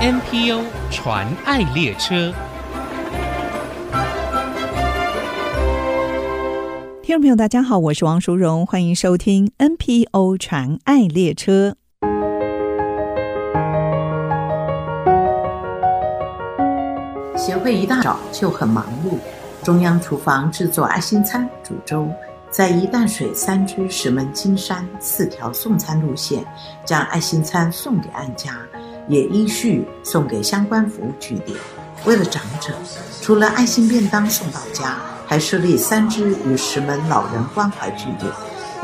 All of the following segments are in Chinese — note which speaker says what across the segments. Speaker 1: NPO 传爱列车。
Speaker 2: 听众朋友，大家好，我是王淑荣，欢迎收听 NPO 传爱列车。
Speaker 3: 协会一大早就很忙碌，中央厨房制作爱心餐、煮粥，再依淡水三支、石门、金山四条送餐路线，将爱心餐送给案家，也依序送给相关服务据点。为了长者，除了爱心便当送到家，还设立三支与石门老人关怀据点。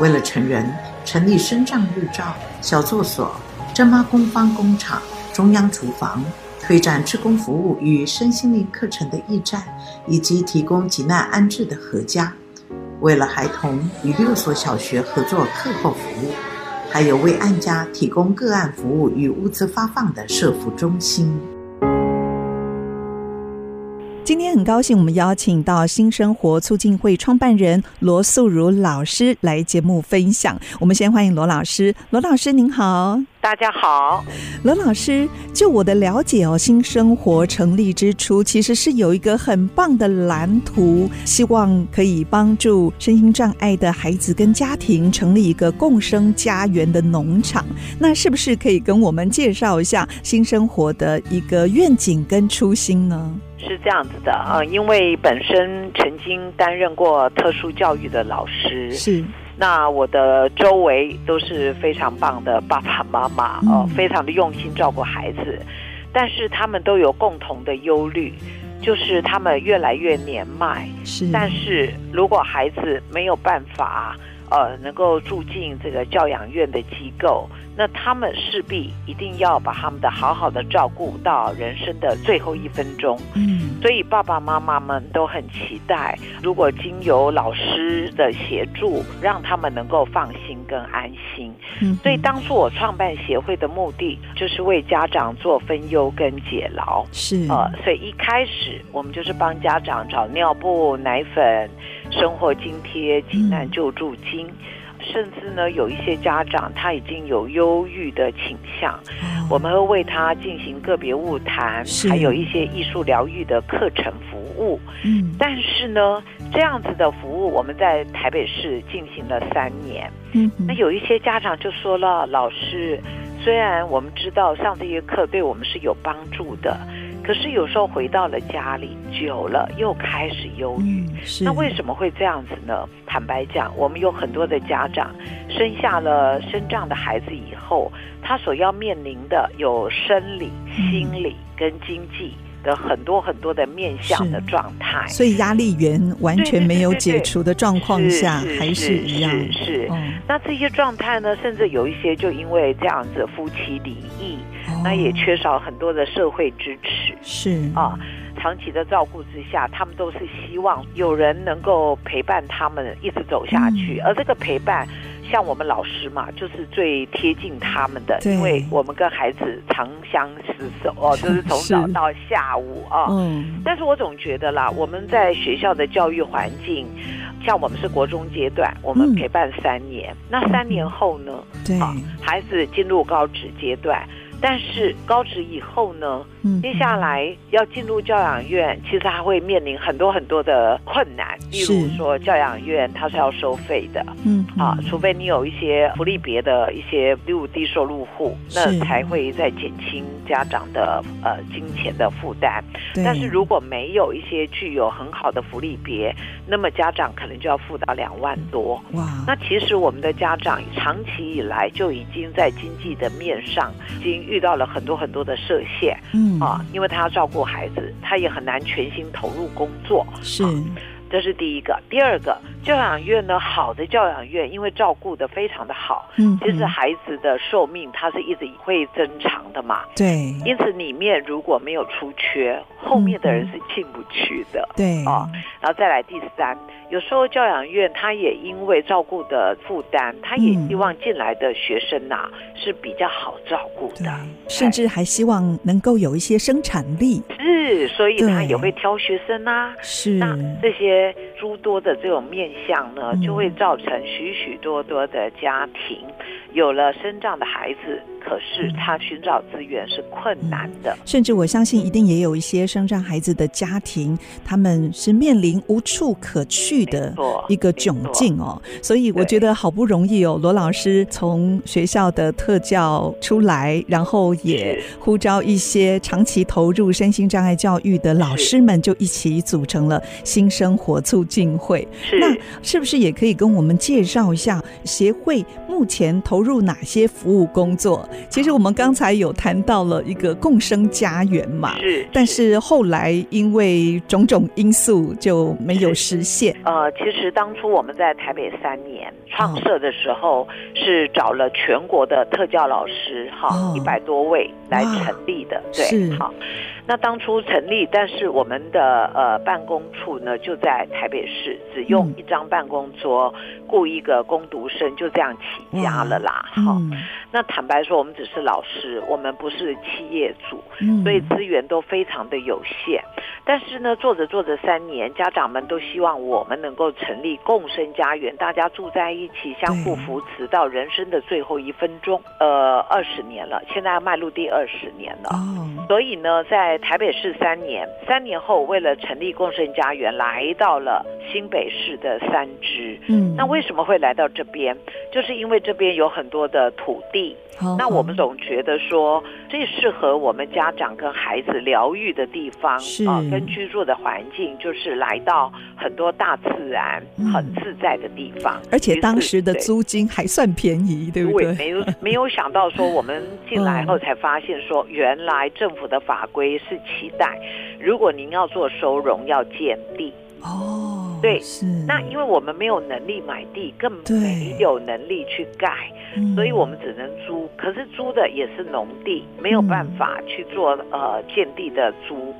Speaker 3: 为了成人，成立身障日照小作所、真妈工坊工厂、中央厨房，推展志工服务与身心灵课程的驿站，以及提供急难安置的合家。为了孩童与六所小学合作课后服务，还有为案家提供个案服务与物资发放的社服中心。
Speaker 2: 今天很高兴，我们邀请到新生活促进会创办人罗素如老师来节目分享。我们先欢迎罗老师，罗老师您好。
Speaker 4: 大家好，
Speaker 2: 罗老师，就我的了解哦，新生活成立之初其实是有一个很棒的蓝图，希望可以帮助身心障碍的孩子跟家庭成立一个共生家园的农场。那是不是可以跟我们介绍一下新生活的一个愿景跟初心呢？
Speaker 4: 是这样子的，呃，因为本身曾经担任过特殊教育的老师，
Speaker 2: 是，
Speaker 4: 那我的周围都是非常棒的爸爸妈妈，哦、
Speaker 2: 嗯
Speaker 4: 非常的用心照顾孩子，但是他们都有共同的忧虑，就是他们越来越年迈，
Speaker 2: 是，
Speaker 4: 但是如果孩子没有办法，呃，能够住进这个教养院的机构，那他们势必一定要把他们的好好的照顾到人生的最后一分钟。
Speaker 2: 嗯，
Speaker 4: 所以爸爸妈妈们都很期待，如果经由老师的协助，让他们能够放心跟安心。
Speaker 2: 嗯
Speaker 4: 所以当初我创办协会的目的，就是为家长做分忧跟解劳。
Speaker 2: 是哦
Speaker 4: 呃，所以一开始我们就是帮家长找尿布、奶粉、生活津贴、急难救助金，甚至呢有一些家长他已经有忧郁的倾向，
Speaker 2: 哦
Speaker 4: 我们会为他进行个别物谈
Speaker 2: 是，
Speaker 4: 还有一些艺术疗愈的课程服务。
Speaker 2: 嗯
Speaker 4: 但是呢，这样子的服务我们在台北市进行了三年。
Speaker 2: 嗯
Speaker 4: 那有一些家长就说了，老师，虽然我们知道上这些课对我们是有帮助的，可是有时候回到了家里久了，又开始忧郁。
Speaker 2: 嗯是
Speaker 4: 那为什么会这样子呢？坦白讲，我们有很多的家长生下了身障的孩子以后，他所要面临的有生理、
Speaker 2: 嗯
Speaker 4: 心理跟经济的很多很多的面向的
Speaker 2: 是
Speaker 4: 状态。
Speaker 2: 所以压力源完全没有解除的状况下，
Speaker 4: 是是
Speaker 2: 还是一样。
Speaker 4: 是是
Speaker 2: 哦，
Speaker 4: 那这些状态呢，甚至有一些就因为这样子夫妻离异，
Speaker 2: 哦
Speaker 4: 那也缺少很多的社会支持
Speaker 2: 是
Speaker 4: 啊。长期的照顾之下，他们都是希望有人能够陪伴他们一直走下去，
Speaker 2: 嗯
Speaker 4: 而这个陪伴。像我们老师嘛，就是最贴近他们的，
Speaker 2: 对
Speaker 4: 因为我们跟孩子长相厮守哦，就是从早
Speaker 2: 是
Speaker 4: 到下午啊。
Speaker 2: 嗯
Speaker 4: 但是我总觉得啦，我们在学校的教育环境，像我们是国中阶段，我
Speaker 2: 嗯
Speaker 4: 们陪伴三年，那三年后呢，
Speaker 2: 对
Speaker 4: 啊孩子进入高职阶段，但是高职以后呢，
Speaker 2: 嗯
Speaker 4: 接下来要进入教养院，其实他会面临很多很多的困难，例
Speaker 2: 是
Speaker 4: 如说教养院它是要收费的，
Speaker 2: 嗯
Speaker 4: 啊，除非你有一些福利别的一些，例如低收入户，那
Speaker 2: 是
Speaker 4: 才会再减轻家长的呃金钱的负担。
Speaker 2: 对
Speaker 4: 但是如果没有一些具有很好的福利别，那么家长可能就要付到两万多。
Speaker 2: 哇
Speaker 4: 那其实我们的家长长期以来就已经在经济的面上，已经遇到了很多很多的设限
Speaker 2: 嗯
Speaker 4: 啊，因为他要照顾孩子，他也很难全心投入工作。
Speaker 2: 是
Speaker 4: 啊这是第一个。第二个，教养院呢，好的教养院，因为照顾的非常的好，
Speaker 2: 嗯
Speaker 4: 其实
Speaker 2: 嗯
Speaker 4: 孩子的寿命它是一直会增长的嘛。
Speaker 2: 对
Speaker 4: 因此，里面如果没有出缺，后面的人是进不去的。
Speaker 2: 对
Speaker 4: 啊然后再来第三，有时候教养院他也因为照顾的负担，他也
Speaker 2: 嗯
Speaker 4: 希望进来的学生呐、是比较好照顾
Speaker 2: 对
Speaker 4: 的。，
Speaker 2: 甚至还希望能够有一些生产力。
Speaker 4: 是，所以他
Speaker 2: 对嗯
Speaker 4: 也会挑学生啊。
Speaker 2: 是
Speaker 4: 那这些诸多的这种面相呢，
Speaker 2: 嗯
Speaker 4: 就会造成许许多多的家庭有了生障的孩子，可
Speaker 2: 嗯
Speaker 4: 是他寻找资源是困难的。
Speaker 2: 甚至我相信，一定也有一些生障孩子的家庭，他们是面临无处可去的
Speaker 4: 没错
Speaker 2: 一个窘境哦。所以我觉得好不容易哦，罗老师从学校的特教出来，然后也
Speaker 4: 是
Speaker 2: 呼召一些长期投入身心障碍教育的老师们，就一起组成了新生活促进会。
Speaker 4: 是
Speaker 2: 那是不是也可以跟我们介绍一下协会目前投入哪些服务工作？其实我们刚才有谈到了一个共生家园嘛，
Speaker 4: 是，
Speaker 2: 但是后来因为种种因素就没有实现。
Speaker 4: 呃，其实当初我们在台北三
Speaker 2: 哦
Speaker 4: 年创设的时候，是找了全国的特教老师
Speaker 2: 哦
Speaker 4: 哈，一百、多位来
Speaker 2: 哇
Speaker 4: 成立的，
Speaker 2: 是
Speaker 4: 对，好。那当初成立，但是我们的呃办公处呢就在台北市，只用
Speaker 2: 嗯
Speaker 4: 一张办公桌，雇一个工读生，就这样起家了啦。好、
Speaker 2: 嗯
Speaker 4: 那坦白说，我们只是老师，我们不是企业主，
Speaker 2: 嗯
Speaker 4: 所以资源都非常的有限。但是呢，做着做着三年，家长们都希望我们能够成立共生家园，大家住在一起，相互
Speaker 2: 对
Speaker 4: 扶持到人生的最后一分钟。呃，二十年了，现在要迈入第二十年了。
Speaker 2: 哦，
Speaker 4: 所以呢，在台北市三年，三年后为了成立共生家园，来到了新北市的三支。
Speaker 2: 嗯
Speaker 4: 那为什么会来到这边？就是因为这边有很多的土地，
Speaker 2: 好
Speaker 4: 那我们
Speaker 2: 好
Speaker 4: 总觉得说，最适合我们家长跟孩子疗愈的地方
Speaker 2: 是
Speaker 4: 啊、跟居住的环境，就是来到很多大自然、
Speaker 2: 嗯
Speaker 4: 很自在的地方。
Speaker 2: 而且当时的
Speaker 4: 于是
Speaker 2: 租金还算便宜，对
Speaker 4: 对
Speaker 2: 不
Speaker 4: 我也
Speaker 2: 对？
Speaker 4: 没有没有想到说，我们进来 后
Speaker 2: 嗯
Speaker 4: 才发现说，原来政府的法规是期待，如果您要做收容，要建地。
Speaker 2: 哦，
Speaker 4: 对
Speaker 2: 是
Speaker 4: 那因为我们没有能力买地，更
Speaker 2: 对
Speaker 4: 没有能力去盖。
Speaker 2: 嗯
Speaker 4: 所以我们只能租，可是租的也是农地，没有
Speaker 2: 嗯
Speaker 4: 办法去做呃建地的租，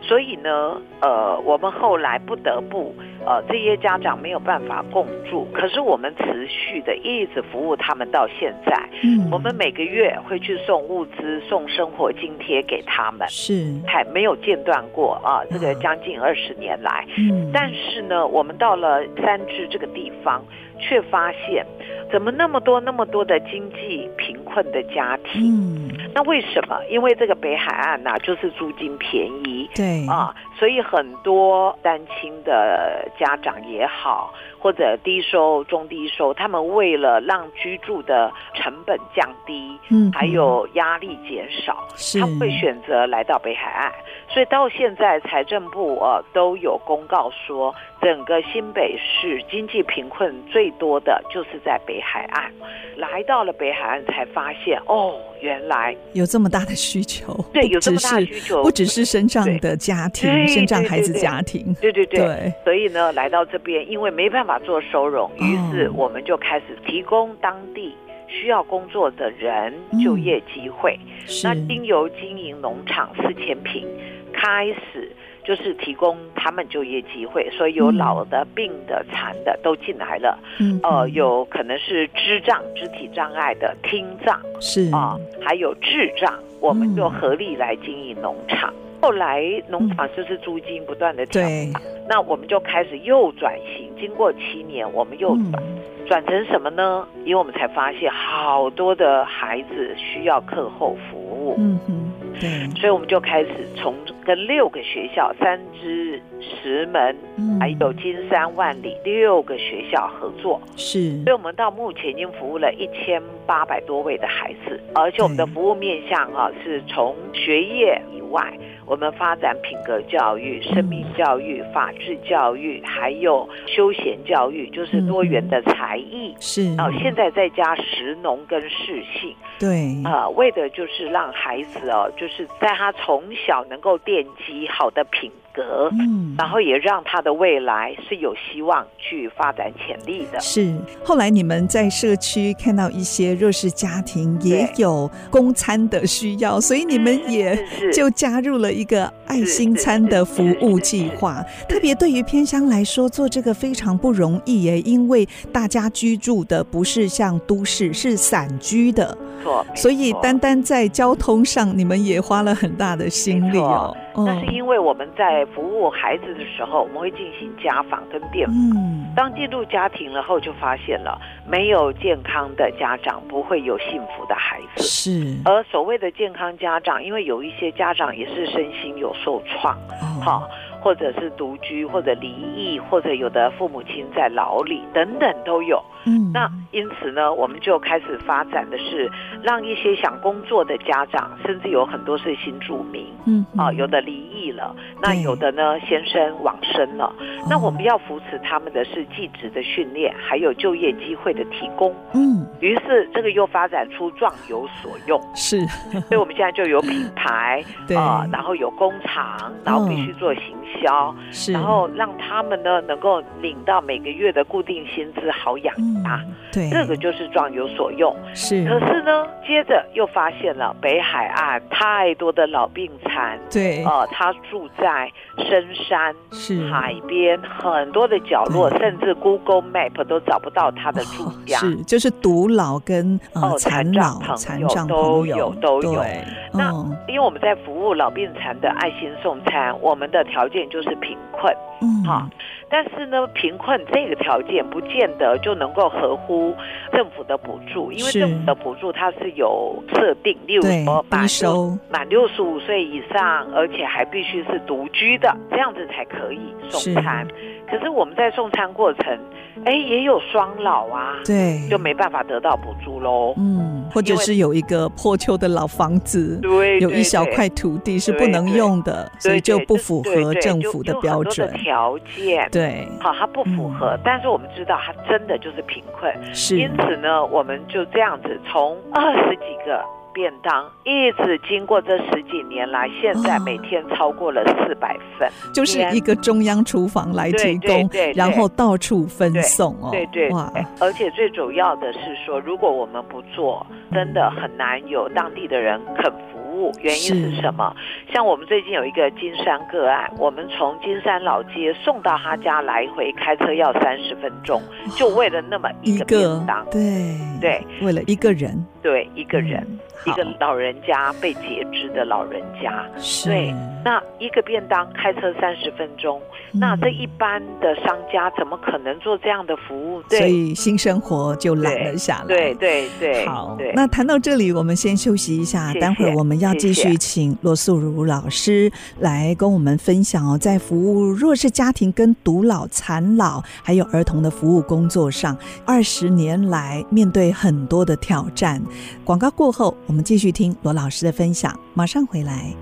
Speaker 4: 所以呢，呃，我们后来不得不呃这些家长没有办法共住，可是我们持续的一直服务他们到现在，
Speaker 2: 嗯
Speaker 4: 我们每个月会去送物资、送生活津贴给他们，
Speaker 2: 是
Speaker 4: 还没有间断过啊，这个
Speaker 2: 嗯
Speaker 4: 将近二十年来，
Speaker 2: 嗯
Speaker 4: 但是呢，我们到了三支这个地方，却发现怎么那么多那么多的经济贫困的家庭？
Speaker 2: 嗯
Speaker 4: 那为什么？因为这个北海岸呐、就是租金便宜。
Speaker 2: 对
Speaker 4: 啊，所以很多单亲的家长也好，或者低收、中低收，他们为了让居住的成本降低，
Speaker 2: 嗯
Speaker 4: 还有压力减少，
Speaker 2: 是
Speaker 4: 他们会选择来到北海岸，所以到现在财政部呃都有公告说，整个新北市经济贫困最多的就是在北海岸。来到了北海岸才发现，哦，原来
Speaker 2: 有这么大的需求，
Speaker 4: 对
Speaker 2: 不
Speaker 4: 有这么
Speaker 2: 只
Speaker 4: 大的
Speaker 2: 是
Speaker 4: 需求
Speaker 2: 不只是身障
Speaker 4: 对
Speaker 2: 的家庭，
Speaker 4: 对
Speaker 2: 身障孩子
Speaker 4: 对对
Speaker 2: 家庭，
Speaker 4: 对对对，
Speaker 2: 对
Speaker 4: 所以呢来到这边，因为没办法做收容，于是我们就开始提供当地。需要工作的人
Speaker 2: 嗯
Speaker 4: 就业机会，
Speaker 2: 是
Speaker 4: 那经由经营农场四千平开始，就是提供他们就业机会，所以有
Speaker 2: 嗯
Speaker 4: 老的、病的、残的都进来了。
Speaker 2: 嗯
Speaker 4: 呃，
Speaker 2: 嗯
Speaker 4: 有可能是智障、肢体障碍的、听障
Speaker 2: 是
Speaker 4: 啊、还有智障，我们
Speaker 2: 嗯
Speaker 4: 就合力来经营农场。后来农场就是租金不断的调
Speaker 2: 对
Speaker 4: 那我们就开始又转型。经过七年，我
Speaker 2: 嗯
Speaker 4: 们又转、转成什么呢？因为我们才发现好多的孩子需要课后服务。
Speaker 2: 嗯哼对
Speaker 4: 所以我们就开始从跟六个学校，三支、石门，
Speaker 2: 嗯
Speaker 4: 还有金山、万里六个学校合作。
Speaker 2: 是
Speaker 4: 所以我们到目前已经服务了一千八百多位的孩子，而且我们的
Speaker 2: 对
Speaker 4: 服务面向啊是从学业以外，我们发展品格教育、生命教育、法治教育，还有休闲教育，就是多元的才艺。
Speaker 2: 是
Speaker 4: 哦、现在再加食农跟适性。
Speaker 2: 对
Speaker 4: 呃，为的就是让孩子哦，就是在他从小能够奠基好的品格，
Speaker 2: 嗯
Speaker 4: 然后也让他的未来是有希望去发展潜力的。
Speaker 2: 是，后来你们在社区看到一些弱势家庭也
Speaker 4: 对
Speaker 2: 有供餐的需要，所以你们也
Speaker 4: 是是
Speaker 2: 就加入了一个爱心餐的服务计划。特别对于偏乡来说，做这个非常不容易耶，因为大家居住的不是像都市，是散居的，
Speaker 4: 没错，没
Speaker 2: 所以
Speaker 4: 错
Speaker 2: 单单在交通上，你们也花了很大的心力哦。
Speaker 4: 那是因为我们在服务孩子的时候，我们会进行家访跟电访。
Speaker 2: 嗯
Speaker 4: 当进入家庭了后，就发现了没有健康的家长不会有幸福的孩子。
Speaker 2: 是
Speaker 4: 而所谓的健康家长，因为有一些家长也是身心有受创，
Speaker 2: 哦
Speaker 4: 哈、或者是独居，或者离异，或者有的父母亲在牢里，等等都有。
Speaker 2: 嗯，
Speaker 4: 那因此呢，我们就开始发展的是让一些想工作的家长，甚至有很多是新住民
Speaker 2: 嗯
Speaker 4: 啊、
Speaker 2: 嗯
Speaker 4: 有的离异了，那
Speaker 2: 对嗯
Speaker 4: 有的呢先生往生了。那我们要扶持他们的是技职的训练，还有就业机会的提供。
Speaker 2: 嗯
Speaker 4: 于是这个又发展出壮有所 用，
Speaker 2: 是
Speaker 4: 所以我们现在就有品牌
Speaker 2: 对嗯
Speaker 4: 啊、然后有工厂，然后必须做行销，
Speaker 2: 是，
Speaker 4: 然后让他们呢能够领到每个月的固定薪资，好养
Speaker 2: 嗯
Speaker 4: 家。
Speaker 2: 对
Speaker 4: 这个就是壮有所用。
Speaker 2: 是
Speaker 4: 可是呢，接着又发现了北海岸太多的老病残，
Speaker 2: 对嗯
Speaker 4: 呃，他住在深山、
Speaker 2: 是
Speaker 4: 海边很多的角落，甚至 Google Map 都找不到他的住家。
Speaker 2: 嗯哦是就是独老跟呃
Speaker 4: 哦
Speaker 2: 残
Speaker 4: 残障
Speaker 2: 老
Speaker 4: 朋
Speaker 2: 残
Speaker 4: 友
Speaker 2: 障
Speaker 4: 都
Speaker 2: 朋
Speaker 4: 有
Speaker 2: 友
Speaker 4: 都有
Speaker 2: 对
Speaker 4: 那
Speaker 2: 嗯
Speaker 4: 因为我们在服务老病残的爱心送餐，我们的条件就是贫困
Speaker 2: 嗯
Speaker 4: 哈、啊但是呢，贫困这个条件不见得就能够合乎政府的补助，因为
Speaker 2: 是
Speaker 4: 政府的补助它是有设定，例如
Speaker 2: 对
Speaker 4: 说
Speaker 2: 低
Speaker 4: 满六
Speaker 2: 收
Speaker 4: 满六十五岁以上，而且还必须是独居的，这样子才可以送餐。可是我们在送餐过程，哎，也有双老啊，
Speaker 2: 对
Speaker 4: 就没办法得到补助喽。
Speaker 2: 嗯，或者
Speaker 4: 因为
Speaker 2: 是有一个破旧的老房子，
Speaker 4: 对，
Speaker 2: 有
Speaker 4: 对
Speaker 2: 一小
Speaker 4: 对
Speaker 2: 块土地是不
Speaker 4: 对
Speaker 2: 能
Speaker 4: 对
Speaker 2: 用的，所以
Speaker 4: 对
Speaker 2: 就
Speaker 4: 对
Speaker 2: 不
Speaker 4: 这
Speaker 2: 符
Speaker 4: 对
Speaker 2: 合
Speaker 4: 对
Speaker 2: 政
Speaker 4: 就
Speaker 2: 府
Speaker 4: 就很
Speaker 2: 标
Speaker 4: 多
Speaker 2: 准。
Speaker 4: 条件。
Speaker 2: 对，嗯
Speaker 4: 好，它不符合，但是我们知道它真的就是贫困，
Speaker 2: 是
Speaker 4: 因此呢，我们就这样子从二十几个便当，一直经过这十几年来，现在
Speaker 2: 哦
Speaker 4: 每天超过了四百份。
Speaker 2: 就是一个中央厨房来
Speaker 4: 对
Speaker 2: 提
Speaker 4: 对
Speaker 2: 供
Speaker 4: 对，
Speaker 2: 然
Speaker 4: 对
Speaker 2: 后到处分
Speaker 4: 对
Speaker 2: 送哦。
Speaker 4: 对对
Speaker 2: 哇，
Speaker 4: 对而且最主要的是说，如果我们不做，真的很难有当地的人肯服务。原因是
Speaker 2: 是
Speaker 4: 什么？像我们最近有一个金山个案，我们从金山老街送到他家来回开车要三十分钟，就为了那么一
Speaker 2: 一
Speaker 4: 个
Speaker 2: 个
Speaker 4: 便当。
Speaker 2: 对
Speaker 4: 对，
Speaker 2: 为了一个人，
Speaker 4: 对，一个人，
Speaker 2: 嗯
Speaker 4: 一个
Speaker 2: 好
Speaker 4: 老人家被截肢的老人家。
Speaker 2: 是
Speaker 4: 对，那一个便当开车三十分钟，
Speaker 2: 嗯
Speaker 4: 那这一般的商家怎么可能做这样的服务？
Speaker 2: 所
Speaker 4: 对，
Speaker 2: 以新生活就揽
Speaker 4: 对
Speaker 2: 了下来。
Speaker 4: 对，对，对，
Speaker 2: 好
Speaker 4: 对，，
Speaker 2: 那谈到这里，我们先休息一下，
Speaker 4: 谢谢
Speaker 2: 待会儿我们要继
Speaker 4: 谢
Speaker 2: 续
Speaker 4: 谢
Speaker 2: 请罗素如老师来跟我们分享哦，在服务弱势家庭、跟独老、残老还有儿童的服务工作上，二十年来面对很多的挑战。广告过后，我们继续听罗老师的分享，马上回来。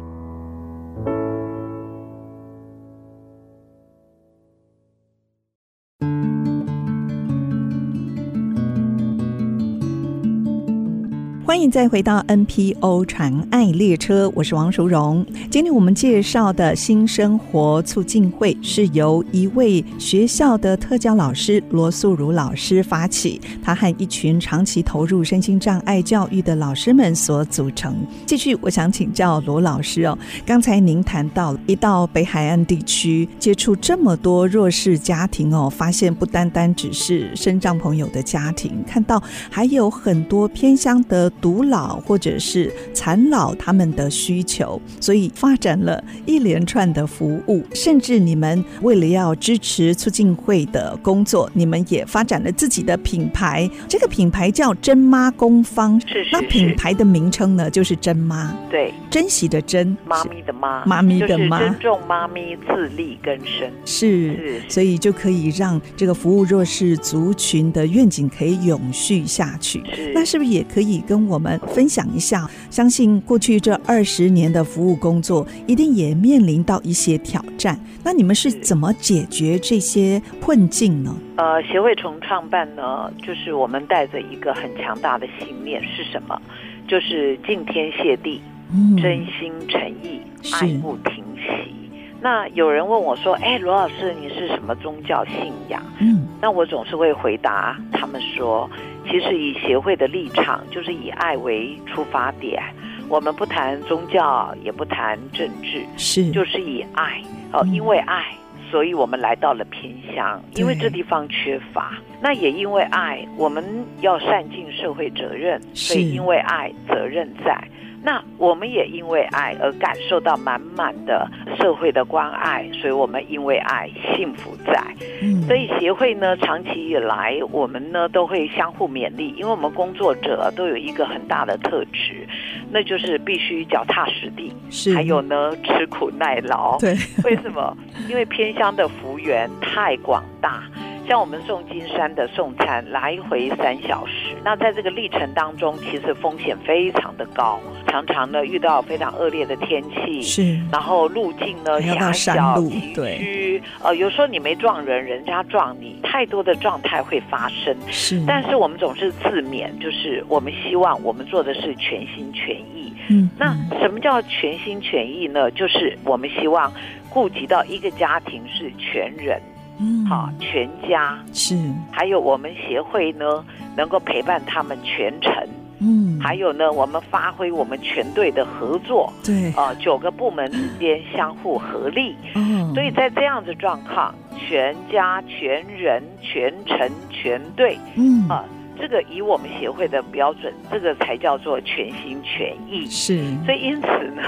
Speaker 2: 欢迎再回到 NPO 传爱列车，我是王淑荣。今天我们介绍的新生活促进会是由一位学校的特教老师罗素如老师发起，他和一群长期投入身心障碍教育的老师们所组成。继续，我想请教罗老师哦，刚才您谈到一到北海岸地区接触这么多弱势家庭哦，发现不单单只是身障朋友的家庭，看到还有很多偏乡的独老或者是残老他们的需求，所以发展了一连串的服务，甚至你们为了要支持促进会的工作，你们也发展了自己的品牌，这个品牌叫真妈工坊。
Speaker 4: 是是
Speaker 2: 那品
Speaker 4: 是，
Speaker 2: 牌的名称呢，就是真妈，
Speaker 4: 对，
Speaker 2: 珍惜的珍，
Speaker 4: 妈咪的妈，
Speaker 2: 妈咪的妈
Speaker 4: 就是尊重妈咪自力更生，
Speaker 2: 是
Speaker 4: 是
Speaker 2: 所以就可以让这个服务弱势族群的愿景可以永续下去。
Speaker 4: 是
Speaker 2: 那是不是也可以跟我们分享一下？相信过去这二十年的服务工作，一定也面临到一些挑战。那你们是
Speaker 4: 是
Speaker 2: 怎么解决这些困境呢？
Speaker 4: 呃，协会重创办呢，就是我们带着一个很强大的信念是什么？就是敬天谢地，
Speaker 2: 嗯
Speaker 4: 真心诚意，
Speaker 2: 是
Speaker 4: 爱不停息。那有人问我说：“哎，罗老师，你是什么宗教信仰
Speaker 2: 嗯，？”
Speaker 4: 那我总是会回答他们说：“其实以协会的立场，就是以爱为出发点，我们不谈宗教，也不谈政治，
Speaker 2: 是，
Speaker 4: 就是以爱哦、
Speaker 2: 嗯
Speaker 4: 因为爱，所以我们来到了偏乡，因为
Speaker 2: 对
Speaker 4: 这地方缺乏。那也因为爱，我们要善尽社会责任，所
Speaker 2: 是
Speaker 4: 以因为爱，责任在。那我们也因为爱而感受到满满的社会的关爱，所以我们因为爱幸福在。
Speaker 2: 嗯，
Speaker 4: 所以协会呢，长期以来我们呢都会相互勉励，因为我们工作者都有一个很大的特质，那就是必须脚踏实地，
Speaker 2: 是
Speaker 4: 还有呢吃苦耐劳。
Speaker 2: 嗯对，
Speaker 4: 为什么？因为偏乡的幅员太广大。像我们送金山的送餐来回三小时，那在这个历程当中，其实风险非常的高，常常呢遇到非常恶劣的天气，
Speaker 2: 是哎
Speaker 4: 然后路径呢
Speaker 2: 还要到
Speaker 4: 狭
Speaker 2: 山
Speaker 4: 小
Speaker 2: 路
Speaker 4: 崎
Speaker 2: 对
Speaker 4: 岖，呃，有时候你没撞人，人家撞你，太多的状态会发生。
Speaker 2: 是，
Speaker 4: 但是我们总是自勉，就是我们希望我们做的是全心全意。
Speaker 2: 嗯，
Speaker 4: 那
Speaker 2: 嗯
Speaker 4: 什么叫全心全意呢？就是我们希望顾及到一个家庭是全人，
Speaker 2: 嗯
Speaker 4: 哈、全家，
Speaker 2: 是，
Speaker 4: 还有我们协会呢能够陪伴他们全程，
Speaker 2: 嗯，
Speaker 4: 还有呢我们发挥我们全队的合作，
Speaker 2: 对，
Speaker 4: 呃，九个部门之间相互合力。
Speaker 2: 哦，
Speaker 4: 所以在这样子状况，全家、全人、全城、全队，
Speaker 2: 嗯，
Speaker 4: 啊这个以我们协会的标准，这个才叫做全心全意。
Speaker 2: 是，
Speaker 4: 所以因此呢，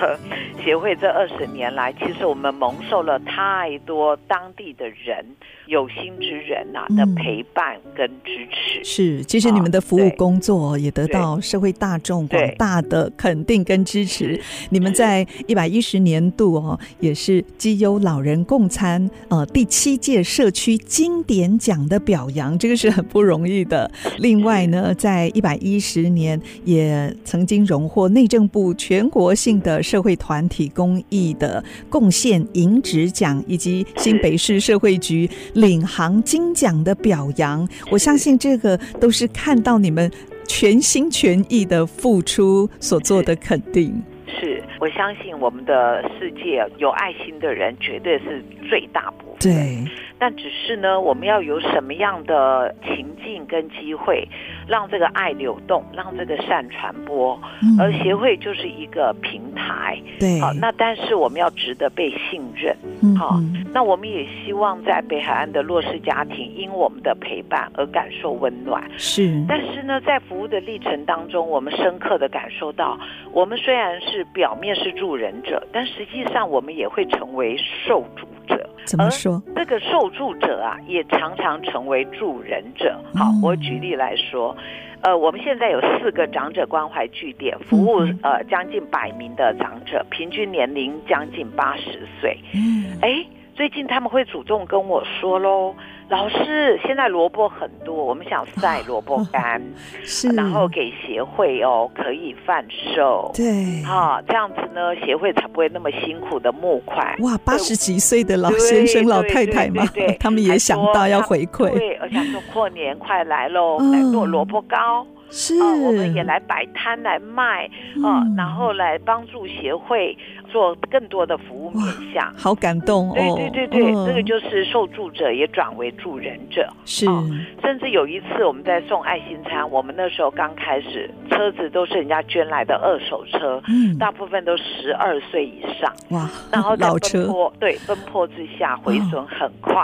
Speaker 4: 协会这二十年来，其实我们蒙受了太多当地的人、有心之人呐、
Speaker 2: 嗯
Speaker 4: 的陪伴跟支持。
Speaker 2: 是，其实你
Speaker 4: 啊
Speaker 2: 们的服务
Speaker 4: 对
Speaker 2: 工作也得
Speaker 4: 对
Speaker 2: 到社会大众广
Speaker 4: 对
Speaker 2: 大的肯定跟支持
Speaker 4: 是。
Speaker 2: 你们
Speaker 4: 是
Speaker 2: 在一百一十年度哦，也是基优老人共餐呃第七届社区经典奖的表扬，这个是很不容易的。另外呢，在一百一十年也曾经荣获内政部全国性的社会团体公益的贡献银质奖，以及新北市社会局领航金奖的表扬。我相信这个都是看到你们全心全意的付出所做的肯定。
Speaker 4: 是我相信我们的世界有爱心的人绝对是最大部分。
Speaker 2: 对，
Speaker 4: 但只是呢，我们要有什么样的情境跟机会，让这个爱流动，让这个善传播。
Speaker 2: 嗯
Speaker 4: 而协会就是一个平台，
Speaker 2: 对，
Speaker 4: 好、那但是我们要值得被信任。
Speaker 2: 嗯
Speaker 4: 好
Speaker 2: 嗯
Speaker 4: 那我们也希望在北海岸的弱势家庭，因我们的陪伴而感受温暖。
Speaker 2: 是，
Speaker 4: 但是呢，在服务的历程当中，我们深刻的感受到，我们虽然是表面是助人者，但实际上我们也会成为受助者。
Speaker 2: 怎么
Speaker 4: 而
Speaker 2: 说？
Speaker 4: 这个受助者啊，也常常成为助人者。好
Speaker 2: 嗯，
Speaker 4: 我举例来说，呃，我们现在有四个长者关怀据点，服务
Speaker 2: 嗯
Speaker 4: 呃将近百名的长者，平均年龄将近八十岁。
Speaker 2: 嗯，
Speaker 4: 哎，最近他们会主动跟我说喽，老师，现在萝卜很多，我们想晒萝卜干，
Speaker 2: 是，
Speaker 4: 然后给协会哦，可以贩售。
Speaker 2: 对，
Speaker 4: 啊，这样子呢，协会才不会那么辛苦的募款。
Speaker 2: 哇，八十几岁的老
Speaker 4: 对
Speaker 2: 先生、
Speaker 4: 对
Speaker 2: 老太太嘛
Speaker 4: 对对对，
Speaker 2: 他们也想到要回馈，
Speaker 4: 对，而想说过年快来喽，
Speaker 2: 嗯
Speaker 4: 来做萝卜糕啊、
Speaker 2: 是，
Speaker 4: 我们也来摆摊来卖啊、
Speaker 2: 嗯
Speaker 4: 然后来帮助协会做更多的服务面向。
Speaker 2: 好感动
Speaker 4: 对
Speaker 2: 哦，
Speaker 4: 对对对，
Speaker 2: 嗯
Speaker 4: 这个就是受助者也转为助人者，
Speaker 2: 是
Speaker 4: 哦甚至有一次我们在送爱心餐，我们那时候刚开始，车子都是人家捐来的二手车，
Speaker 2: 嗯，
Speaker 4: 大部分都十二岁以 上。
Speaker 2: 哇，
Speaker 4: 然后在
Speaker 2: 老
Speaker 4: 奔
Speaker 2: 车
Speaker 4: 波，对，奔波之下回损很快。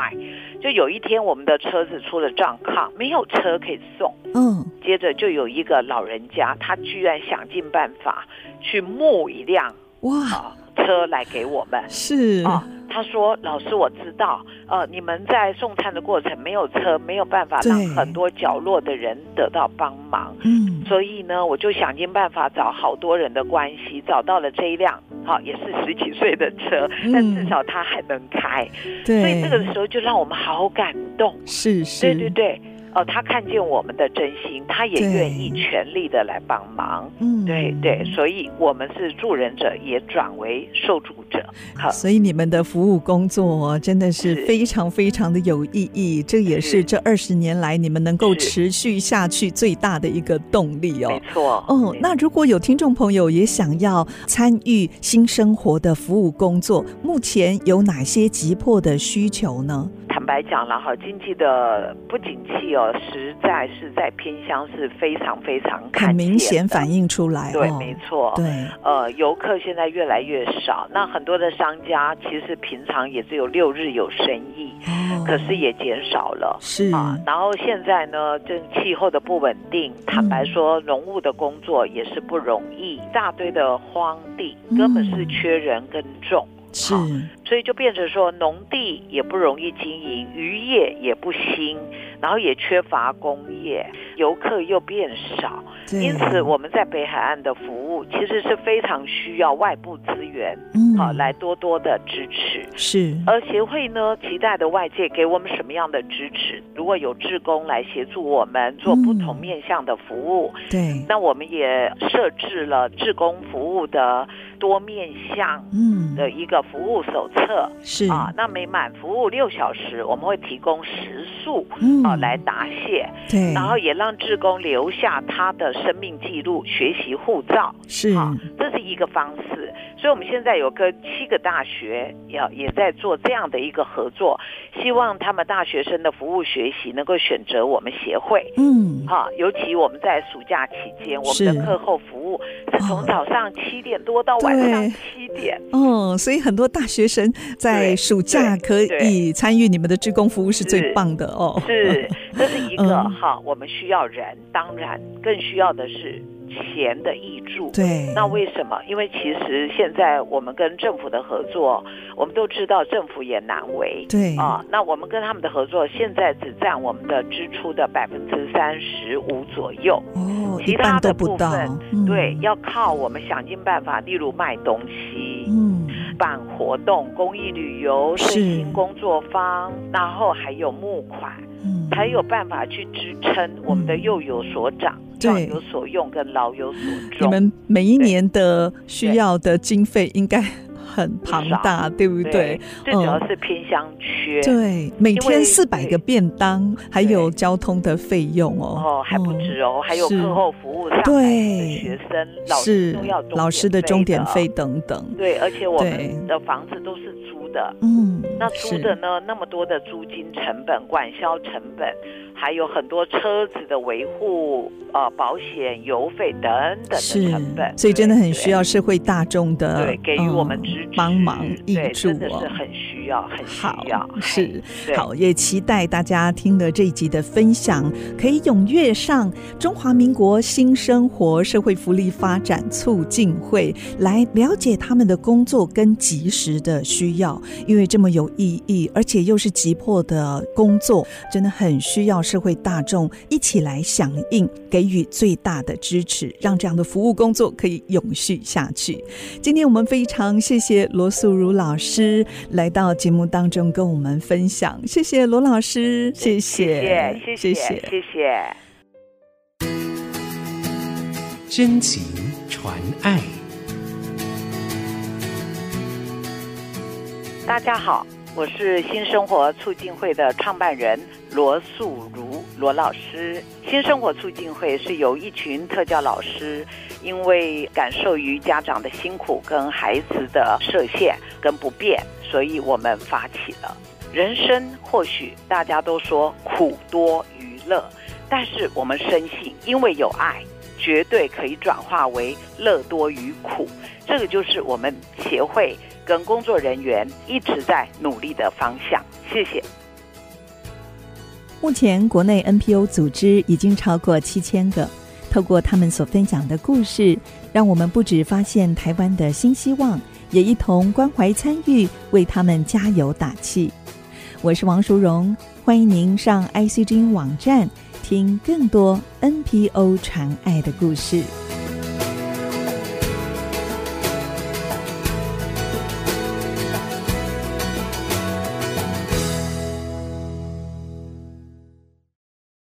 Speaker 4: 就有一天，我们的车子出了状况，没有车可以送。
Speaker 2: 嗯，
Speaker 4: 接着就有一个老人家，他居然想尽办法去募一辆
Speaker 2: 哇，
Speaker 4: 啊、车来给我们
Speaker 2: 是，
Speaker 4: 啊、他说：“老师，我知道，呃，你们在送餐的过程没有车，没有办法让
Speaker 2: 对
Speaker 4: 很多角落的人得到帮忙。”
Speaker 2: 嗯，
Speaker 4: 所以呢，我就想尽办法找好多人的关系，找到了这一辆好也是十几岁的车，但
Speaker 2: 嗯
Speaker 4: 至少它还能开，所
Speaker 2: 对，
Speaker 4: 以这个时候就让我们好感动。
Speaker 2: 是是，
Speaker 4: 对对对，哦，他看见我们的真心，他也
Speaker 2: 对
Speaker 4: 愿意全力的来帮忙。
Speaker 2: 嗯，
Speaker 4: 对对，所以我们是助人者，也转为受助者。好，
Speaker 2: 所以你们的服务工作真的是
Speaker 4: 啊是
Speaker 2: 非常非常的有意义，这也是
Speaker 4: 是
Speaker 2: 这二十年来你们能够
Speaker 4: 是
Speaker 2: 持续下去最大的一个动力
Speaker 4: 没
Speaker 2: 哦。
Speaker 4: 错。
Speaker 2: 哦
Speaker 4: 没，
Speaker 2: 那如果有听众朋友也想要参与新生活的服务工作，目前有哪些急迫的需求呢？
Speaker 4: 坦白讲了哈，经济的不景气哦，实在是在偏乡是非常非常看
Speaker 2: 很明
Speaker 4: 见
Speaker 2: 显
Speaker 4: 的
Speaker 2: 反映出来
Speaker 4: 对，
Speaker 2: 哦，
Speaker 4: 没错。
Speaker 2: 对，
Speaker 4: 呃，游客现在越来越少，那很多的商家其实平常也只有六日有生意，
Speaker 2: 哦，哦
Speaker 4: 可是也减少了。
Speaker 2: 是
Speaker 4: 啊，然后现在呢，这气候的不稳定，坦
Speaker 2: 嗯
Speaker 4: 白说，农务的工作也是不容易，一大堆的荒地
Speaker 2: 嗯
Speaker 4: 根本是缺人耕种，
Speaker 2: 是
Speaker 4: 好所以就变成说，农地也不容易经营，渔业也不兴，然后也缺乏工业，游客又变少，
Speaker 2: 对，
Speaker 4: 因此我们在北海岸的服务其实是非常需要外部资源，
Speaker 2: 嗯
Speaker 4: 好、来多多的支持。
Speaker 2: 是
Speaker 4: 而协会呢，期待的外界给我们什么样的支持？如果有志工来协助我们做不同面向的服务，
Speaker 2: 对，
Speaker 4: 那我们也设置了志工服务的多面向
Speaker 2: 嗯
Speaker 4: 的一个服务手册
Speaker 2: 是
Speaker 4: 啊。那每满服务六小时，我们会提供食宿
Speaker 2: 嗯
Speaker 4: 啊来答谢，
Speaker 2: 对，
Speaker 4: 然后也让志工留下他的生命记录、学习护照。
Speaker 2: 是
Speaker 4: 好，这是一个方式。所以我们现在有个七个大学要也在做这样的一个合作，希望他们大学生的服务学习能够选择我们协会。
Speaker 2: 嗯
Speaker 4: 哈，尤其我们在暑假期间，我
Speaker 2: 是
Speaker 4: 们的课后服务是从早上七点多到晚上七点，
Speaker 2: 哦，所以很多大学生在
Speaker 4: 对
Speaker 2: 暑假可
Speaker 4: 对
Speaker 2: 以参与你们的志工服务是最
Speaker 4: 是
Speaker 2: 棒的哦，
Speaker 4: 是，这是一个
Speaker 2: 嗯
Speaker 4: 哈，我们需要人，当然更需要的是钱的益助。
Speaker 2: 对，
Speaker 4: 那为什么？因为其实现在我们跟政府的合作，我们都知道政府也难为。
Speaker 2: 对
Speaker 4: 啊，那我们跟他们的合作现在只占我们的支出的百分之三十五左右，
Speaker 2: 哦，
Speaker 4: 其
Speaker 2: 一半
Speaker 4: 他
Speaker 2: 都
Speaker 4: 的
Speaker 2: 不
Speaker 4: 部
Speaker 2: 到
Speaker 4: 分，
Speaker 2: 嗯
Speaker 4: 对，要靠我们想尽办法，例如卖东西、
Speaker 2: 嗯
Speaker 4: 办活动、公益旅游、
Speaker 2: 是
Speaker 4: 身心工作坊，然后还有募款，
Speaker 2: 嗯，
Speaker 4: 才有办法去支撑我们的幼有所长、
Speaker 2: 对
Speaker 4: 壮有所用跟老有所
Speaker 2: 你
Speaker 4: 终。
Speaker 2: 们每一
Speaker 4: 对
Speaker 2: 年的需
Speaker 4: 对
Speaker 2: 要的经费应该很庞
Speaker 4: 少
Speaker 2: 大，对不对
Speaker 4: 对？，最主要是偏乡缺。
Speaker 2: 嗯对，每
Speaker 4: 因
Speaker 2: 天
Speaker 4: 为
Speaker 2: 四百个
Speaker 4: 对
Speaker 2: 便当，还有交通的费用哦，
Speaker 4: 哦，还不止哦，还有
Speaker 2: 是
Speaker 4: 课后服务上来
Speaker 2: 对
Speaker 4: 的学生、老师
Speaker 2: 是
Speaker 4: 都要钟
Speaker 2: 老师的钟点
Speaker 4: 的
Speaker 2: 费。等等，
Speaker 4: 啊对，而且我
Speaker 2: 对
Speaker 4: 们的房子都是租的，
Speaker 2: 嗯，
Speaker 4: 那租
Speaker 2: 是
Speaker 4: 的呢，那么多的租金成本、管销成本，还有很多车子的维护、呃保险、油费等等的成本
Speaker 2: 是，，所以真的很需
Speaker 4: 要
Speaker 2: 要社会大众的
Speaker 4: 对给予我们支持、
Speaker 2: 呃嗯帮忙益
Speaker 4: 对，
Speaker 2: 助
Speaker 4: 真的是
Speaker 2: 哦。
Speaker 4: 很需要，很需
Speaker 2: 好
Speaker 4: 要，，
Speaker 2: 是
Speaker 4: 对
Speaker 2: 好，也期待大家听了这一集的分享，可以踊跃上中华民国新生活社会福利发展促进会来了解他们的工作跟及时的需要，因为这么有意义，而且又是急迫的工作，真的很需要社会大众一起来响应，给予最大的支持，让这样的服务工作可以永续下去。今天我们非常谢谢罗素如老师来到节目当中跟我们分享，谢谢罗老师，谢谢，
Speaker 4: 哎谢谢谢谢谢谢。
Speaker 1: 真情传爱，
Speaker 4: 大家好，我是新生活促进会的创办人罗素如罗老师。新生活促进会是由一群特教老师，因为感受于家长的辛苦跟孩子的设限跟不便，所以我们发起了。人生或许大家都说苦多于乐，但是我们深信，因为有爱，绝对可以转化为乐多于苦。这个就是我们协会跟工作人员一直在努力的方向。谢谢。
Speaker 5: 目前，国内 NPO 组织已经超过七千个。透过他们所分享的故事，让我们不止发现台湾的新希望，也一同关怀参与，为他们加油打气。我是王淑荣，欢迎您上 IC 之音网站听更多 NPO 传爱的故事。